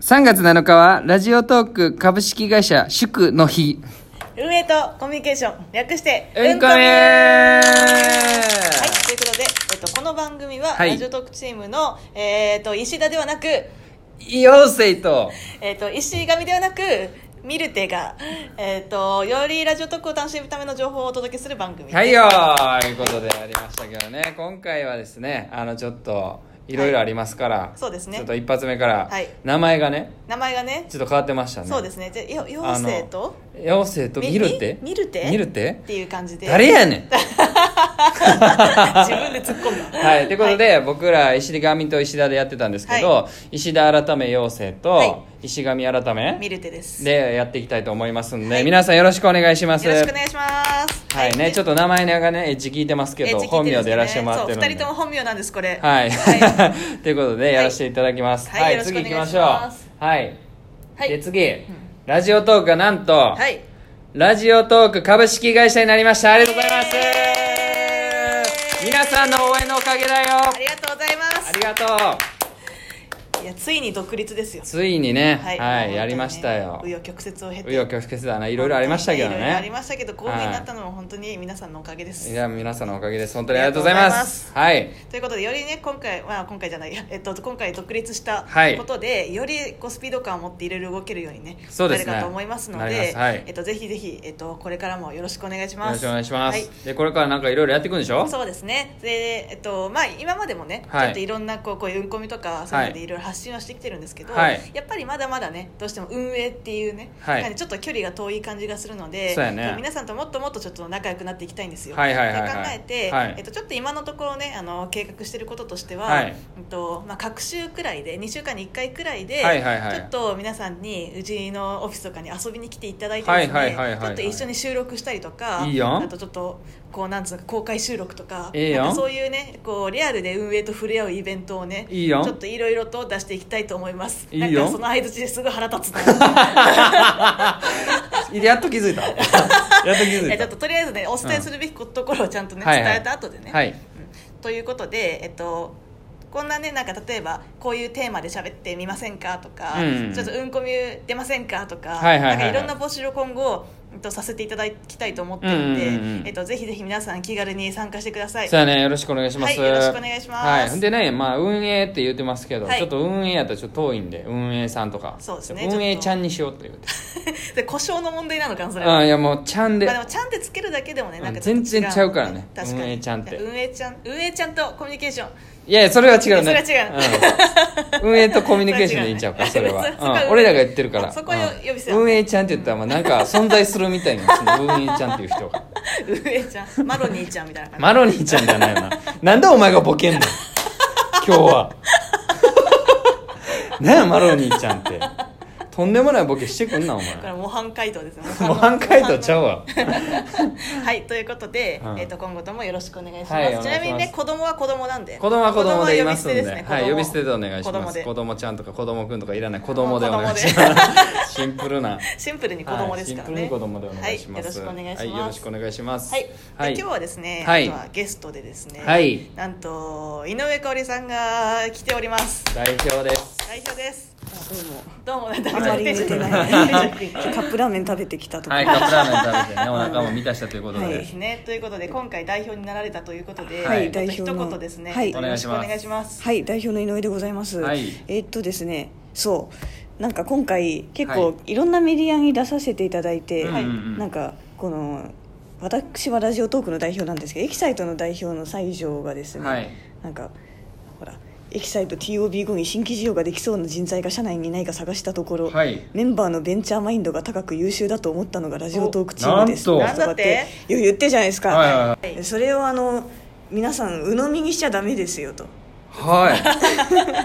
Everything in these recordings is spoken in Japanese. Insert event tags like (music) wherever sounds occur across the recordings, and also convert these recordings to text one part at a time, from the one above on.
3月7日はラジオトーク株式会社祝の日運営とコミュニケーション略してうんこみゅーみゅーはいということで、えっと、この番組は、はいラジオトークチームの、えっと石田ではなく、妖精とえっと石神ではなくミルテが、えっとよりラジオトークを楽しむための情報をお届けする番組ですはいよーということでありましたけどね今回はですねあのちょっといろいろありますから、そうですねちょっと一発目から、はい名前がね名前がねちょっと変わってましたねそうですねじゃよ妖精とあの妖精とミルテみミルテミルテっていう感じで誰やねん (laughs) 自分で突っ込ん (laughs) だはい、ということで、僕ら石神と石田でやってたんですけど、は石田改め妖精と、は石神改めミルテですでやっていきたいと思いますんで、はい皆さんよろしくお願いしますよろしくお願いしますはいね、ちょっっと名前がねエッジ聞いてますけど、本名でやらせてもらってるんで2人とも本名なんですこれはい、はということでやらせていただきますはいよろしく次お行き願まいししょうますはい、はいで次、ラジオトークがなんと、いはいラジオトーク株式会社になりましたありがとうございますイエーイ皆さんの応援のおかげだよありがとうございまあすりがとういやついに独立ですよついにねははいい、本当にねやりましたよ紆余曲折を経て紆余曲折だないろいろありましたけどいろいろありねましたけど公務員になったのも本当に皆さんのおかげですいや皆さんのおかげです本当にありがとうございますはいということでよりね今回は今回じゃないや、えっと、今回独立したはいことで、よりこうスピード感を持っていろいろ動けるようにねそうですねなれるかと思いますのなりまで、すはいえっと、ぜひぜひ、えっと、これからもよろしくお願いしよまろしすくお願いします、はいでこれからなんかいろいろやっていくんでしょそうですねで、えっとまあ、今までもね、はいちょっといろんなこうこういう運込みとかそういうのはでいいろいろ発信はしてきてるんですけど、はいやっぱりまだまだねどうしても運営っていうね、はい感じちょっと距離が遠い感じがするのでそうやね皆さんともっともっとちょっと仲良くなっていきたいんですよ。はいはいはいはいで考えて、はいえっと、ちょっと今のところねあの計画してることとしては、はいうんとまあ、各週くらいで2週間に1回くらいで、はいはいはいちょっと皆さんにうちのオフィスとかに遊びに来ていただいてですね、はいはいはいはいはいちょっと一緒に収録したりとかいいやんあとちょっとこうなんつうか公開収録とかええやんなんかそういうねこうリアルで運営と触れ合うイベントをねいいやんちょっといろいろと出していきたいと思いますいいよなんかその相槌ですごい腹 (laughs) 立つなやっと気づい (laughs) たやっと気いづやいちょたっととりあえずねお伝えするべきこところをちゃんとね、はいはい伝えた後でね、はいということでえっとこんなねなんか例えばこういうテーマで喋ってみませんかとか、うんちょっとうんこみゅ出ませんかとか、はいはいはいはいなんかいろんな募集を今後えっとさせていただきたいと思っていて、うんうんうんうんえっとぜひぜひ皆さん気軽に参加してください。そうやねよろしくお願いします、はいよろしくお願いしますはいほんでねまあ運営って言ってますけど、はいちょっと運営やったらちょっと遠いんで運営さんとかそうですね運営ちょっとちゃんにしようって言うて (laughs) で故障の問題なのかなそれはあいやもうちゃんで、まあ、でもちゃんってつけるだけでもねなんか全然ちゃうからね確かに運営ちゃんって運営ちゃん運営ちゃんとコミュニケーション (laughs) いやいやそれは違うねそれは違うん、運営とコミュニケーションでいいんちゃうかそそれれはは、違うねそそこはうん俺らが言ってるからそこを呼び捨てうん運営ちゃんって言ったらまあなんか存在するみたいなそ (laughs) の運営ちゃんっていう人が運営ちゃんマロニーちゃんみたいな感じ、マロニーちゃんじゃないよななんでお前がボケんの今日 (laughs) はなんやマロニーちゃんってとんでもないボケしてくんなお前これ模範解答ですね (laughs) 模範解答ちゃううわはいということで、うんえっと今後ともよろしくお願いします,、はいお願いしちますなみにね子供は子供なんで子供は子供でいますんで子供は呼び捨てですねはい、呼び捨てでお願いし子ま供す子で供ちゃんとか子供くんとかいらない子供でお子 (laughs) 願供いでしますシンプルなシンプルに子供ですからはい、シね、ンプルに子供でお願いします、はい、よろしくお願いします、はいよろしくお願いしますはい、ではい、今日はですね、はいあとはゲストでですね、はいなんと井上香織さんが来ております代表です代表ですどうもどうも誰あまり出てない (laughs) カップラーメン食べてきたとか、はいカップラーメン食べてねお腹も満たしたということで、はいですねということで今回代表になられたということで、はいちょっと代表の一言ですね、はいよろくお願いしますはい代表の井上でございます、はいえーっとですねそうなんか今回結構、、はいろんなメディアに出させていただいて、うんうんうんなんかこの私はラジオトークの代表なんですけどエキサイトの代表の西条がですね、はいなんかほらエキサイト TOB 後に新規事業ができそうな人材が社内にいないか探したところ、はいメンバーのベンチャーマインドが高く優秀だと思ったのがラジオトークチームですおなんとかってよ言ってじゃないですか、はいはいはいはいそれをあの皆さん鵜呑みにしちゃダメですよとはい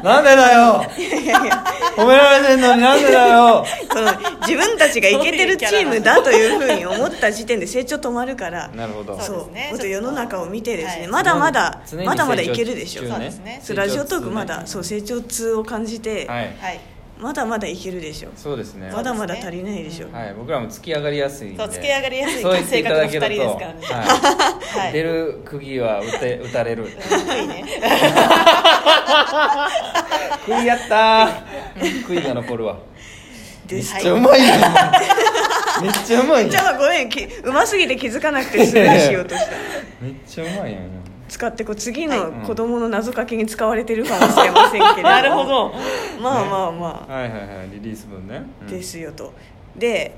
なんでだよいやいやいや褒められてんのになんでだよその自分たちがイケてるチームだというふうに思った時点で成長止まるからなるほどそうそうですねもっと世の中を見てですね、はいまだまだ常にまだまだいけるでしょ成長そう中ですねそうラジオトークまだ成そう成長痛を感じて、長痛ねはいはいまだまだいけるでしょそうですねまだまだ足りないでしょ、はい僕らも突き上がりやすいんでそう突き上がりやすいそう言っていただけると性格の二人ですからねはいはい出る釘は打て打たれるうんいいね釘やった悔いが残るわめでっすちゃうまいやんめっちゃうまいじやんゃあごめんきうますぎて気づかなくてすぐにしようと (laughs) しためっちゃうまいやん使ってこう次はのい子供の謎かけに使われてるかもしれません (laughs) けれどなるほどまあまあまはいはいはいリリース分ね、うあ、んですよとで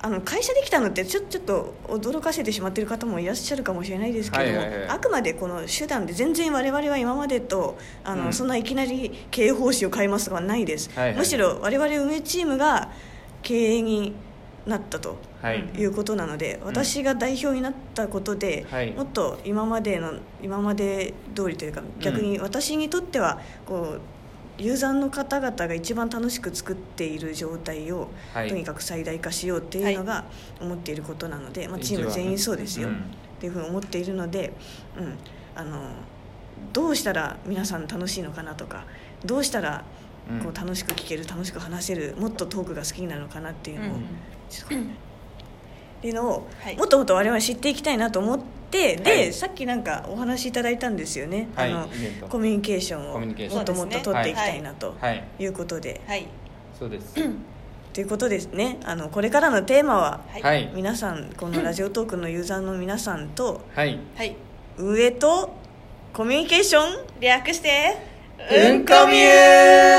あの会社できたのってちょちょっと驚かせてしまってる方もいらっしゃるかもしれないですけども、はいはいはいあくまでこの手段で全然我々は今までとあの、うんそんないきなり経営方針を変えますとかはないです、はいはいむしろ我々運営チームが経営になったとはいいうことなので私が代表になったことで、はいもっと今までの今まで通りというか逆に私にとってはこうユーザーの方々が一番楽しく作っている状態を、はいとにかく最大化しようっていうのが思っていることなので、まあ、チーム全員そうですよ、んっていうふうに思っているので、うん、あのどうしたら皆さん楽しいのかなとかどうしたらうんこう楽しく聞ける楽しく話せるもっとトークが好きになるのかなっていうのを、うんちょっとっていうのを、はいもっともっと我々知っていきたいなと思ってで、はいさっきなんかお話しいただいたんですよね、はいあイのベントコミュニケーションコをミュニケーションもっともっと取っていきたいなとはいいうことで。はいそうですということですねあのこれからのテーマは、はいはい皆さんこのラジオトークのユーザーの皆さんとはいはい運営とコミュニケーション略してうんこみゅー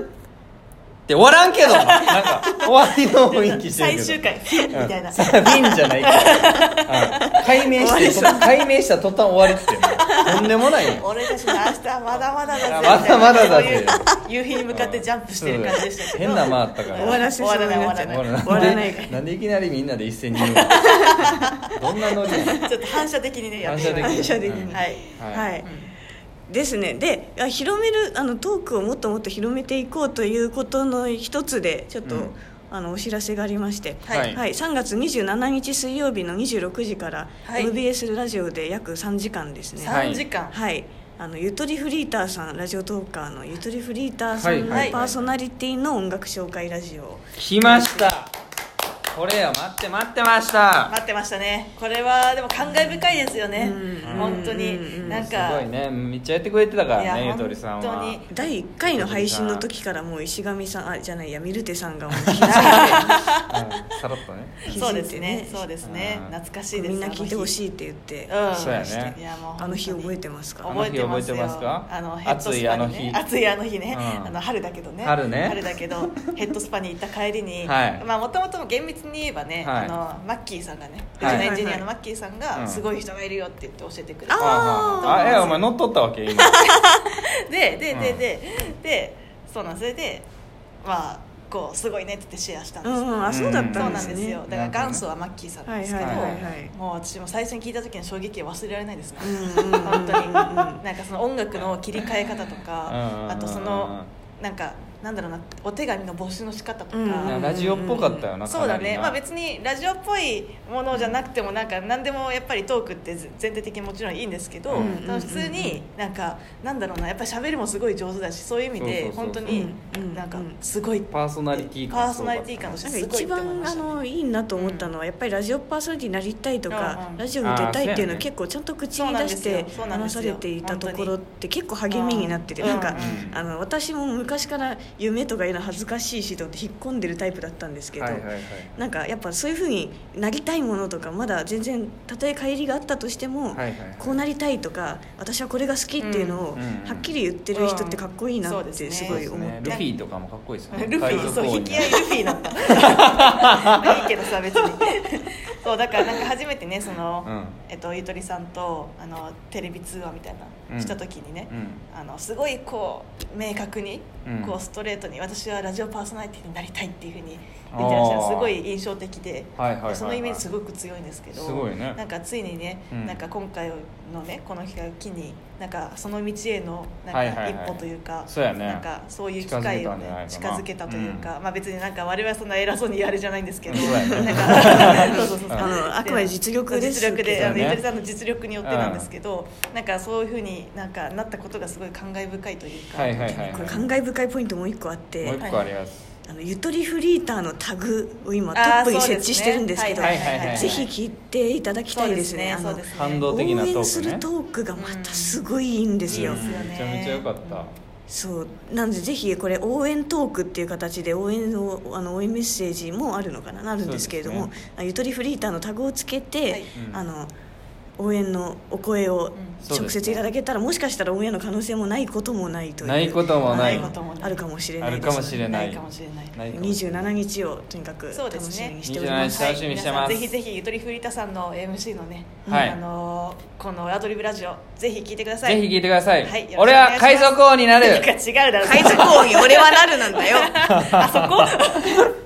って終わらんけどななんか終わりの雰囲気してるけ最ど終回みたいなさあ瓶じゃない (laughs) から、うん、解明してと解明した途端終わるってもうとんでもないよ俺たちの明日まだまだだぜまだまだだぜそういう夕日に向かってジャンプしてる感じでしたけど変な間あったから終わらせそうになっちゃ終う終わらない終わらないんでんでいきなりみんなで一斉に言うのどんなノリなのちょっと反射的にねやってしまいまし反射的に、うんはいはい、ですねであ広めるあのトークをもっともっと広めていこうということの一つでちょっと、うんあのお知らせがありまして、はい3月27日水曜日の26時から、はい MBS ラジオで約3時間ですねさ3時間はいあのゆとりフリーターさんラジオトーカーのゆとりフリーターさんのはいはいパーソナリティの音楽紹介ラジオ、来ましたこれよ待って待ってました待ってましたねこれはでも感慨深いですよねうん本当うんうんうにんなんすかごいねめっちゃやってくれてたからいねやゆとりさんは本当に第1回の配信の時からもう石神さんあじゃないやミルテさんがもう気づいう (laughs) んさらっとね気づいてねそうですねそうですねうん懐かしいてですみんな聞いてほいしいって言って、うんそうやねいやもう本当にあの日覚えてますかあの日覚えてますかあのヘッドスパに、暑ね、いあの日暑いあの日ね、うんあの春だけどね春ねだけどヘッドスパに行った帰りに、はいまあもともと厳密に言えばね、はいあのマッキーさんがね、はいデジタルエンジニアのマッキーさんが、うんすごい人がいるよって言って教えてくれて、あああえお前乗っとったわけ今ででうんでででそうなんそれでまあこうすごいねって言ってシェアしたんうですよ、んうんあそうだったそうんでなんすねですよだから元祖はマッキーさんなんですけど、はいはいはいはいもう私も最初に聞いた時の衝撃は忘れられないですね、うんうんうん本当にうんなんかその音楽の切り替え方とうんかあとそのなんかなんだろうなお手紙の募集の仕方とか、うんうんいやラジオっぽかったよなそうかだなりね、なまあ、別にラジオっぽいものじゃなくてもなんか何でもやっぱりトークって全体的にもちろんいいんですけど、うんその普通になんかなんだろうなやっぱり喋りもすごい上手だしそういう意味でそうそうそう本当にうんなんかうんすごいパーソナリティパーソナリティ感としてなんかすごい一って思い番ましあたねのいいなと思ったのは、やっぱりラジオパーソナリティになりたいとか、うんうんラジオに出たいっていうのあーそうやねを結構ちゃんと口に出してそうなんで話すさよれていたところって結構励みになっててうんなんか、うんあの私も昔から夢とかいうのは恥ずかしいしと思って引っ込んでるタイプだったんですけど、はいはいはいなんかやっぱそういうふうになりたいものとかまだ全然たとえ帰りがあったとしてはいも、はいはいこうなりたいとか私はこれが好きっていうのをうんうんはっきり言ってる人ってかっこいいなうっんうんてすごいそう思でっすねてルフィとかもかっこいいですよねルフ海ィ賊そう王に引きな合るいルフィなんだまあいいけどさ別 (laughs) にそうだからなんか初めてねその、うんえっと、ゆとりさんとあのテレビ通話みたいなした時にね、うんあのすごいこう明確に、うんこうストレートに私はラジオパーソナリティになりたいっていうふうに言ってらっしゃるあーすごい印象的で、はいはいはいはいそのイメージすごく強いんですけどすごい (laughs) ねなんかついにね、うんなんか今回のねこの日を機になんかその道へのなんはいはかい一はい歩というか、そうやねなんかそういう機会を、ね、近近づづけけたたんとじゃないいかうなか、まあ、別になんか我々はそんな偉そうに言われじゃないんですけど、うんそうやねなん (laughs) かそうそうそうそうあのあくまで実力ですけ実ど力であのそうだねゆとりさんの実力によってなんですけど、なんかそういうふうになんかなったことがすごい感慨深いというか、はいはいはいこはれい感慨深いポイントもう一個あって、もう一個ありますあのゆとりフリーターのタグを今トあーップにそう設ですね置してるんですけどはいはいはいはいぜひ聞いていただきたいですねあそうのですね。感動応的なトークね援するトークがまたすごいいいんですよ、うんめちゃめちゃ良かったそうなのでぜひこれ応援トークっていう形で応援をあの応援メッセージもあるのかなあるんですけれどそも、うであゆとりフリーターのタグをつけて、はいうんあの応援のお声をそう直ですね接いただけたら、もしかしたらオンエアの可能性もないこともないというないこともないないこともないあるかもしれないあるかもしれないないかもしれないないかも二十七日をとにかくそう楽ですねしみにしております。楽しみにしてますはい皆さんぜひぜひゆとりふりたさんの MC のね、はいあのーこのアドリブラジオぜひ聞いてくださいぜひ聞いてください、はいよろしくお俺願いしますは海賊王になる (laughs) なんか違うだろ海賊王に俺はなるなんだよ。あそこ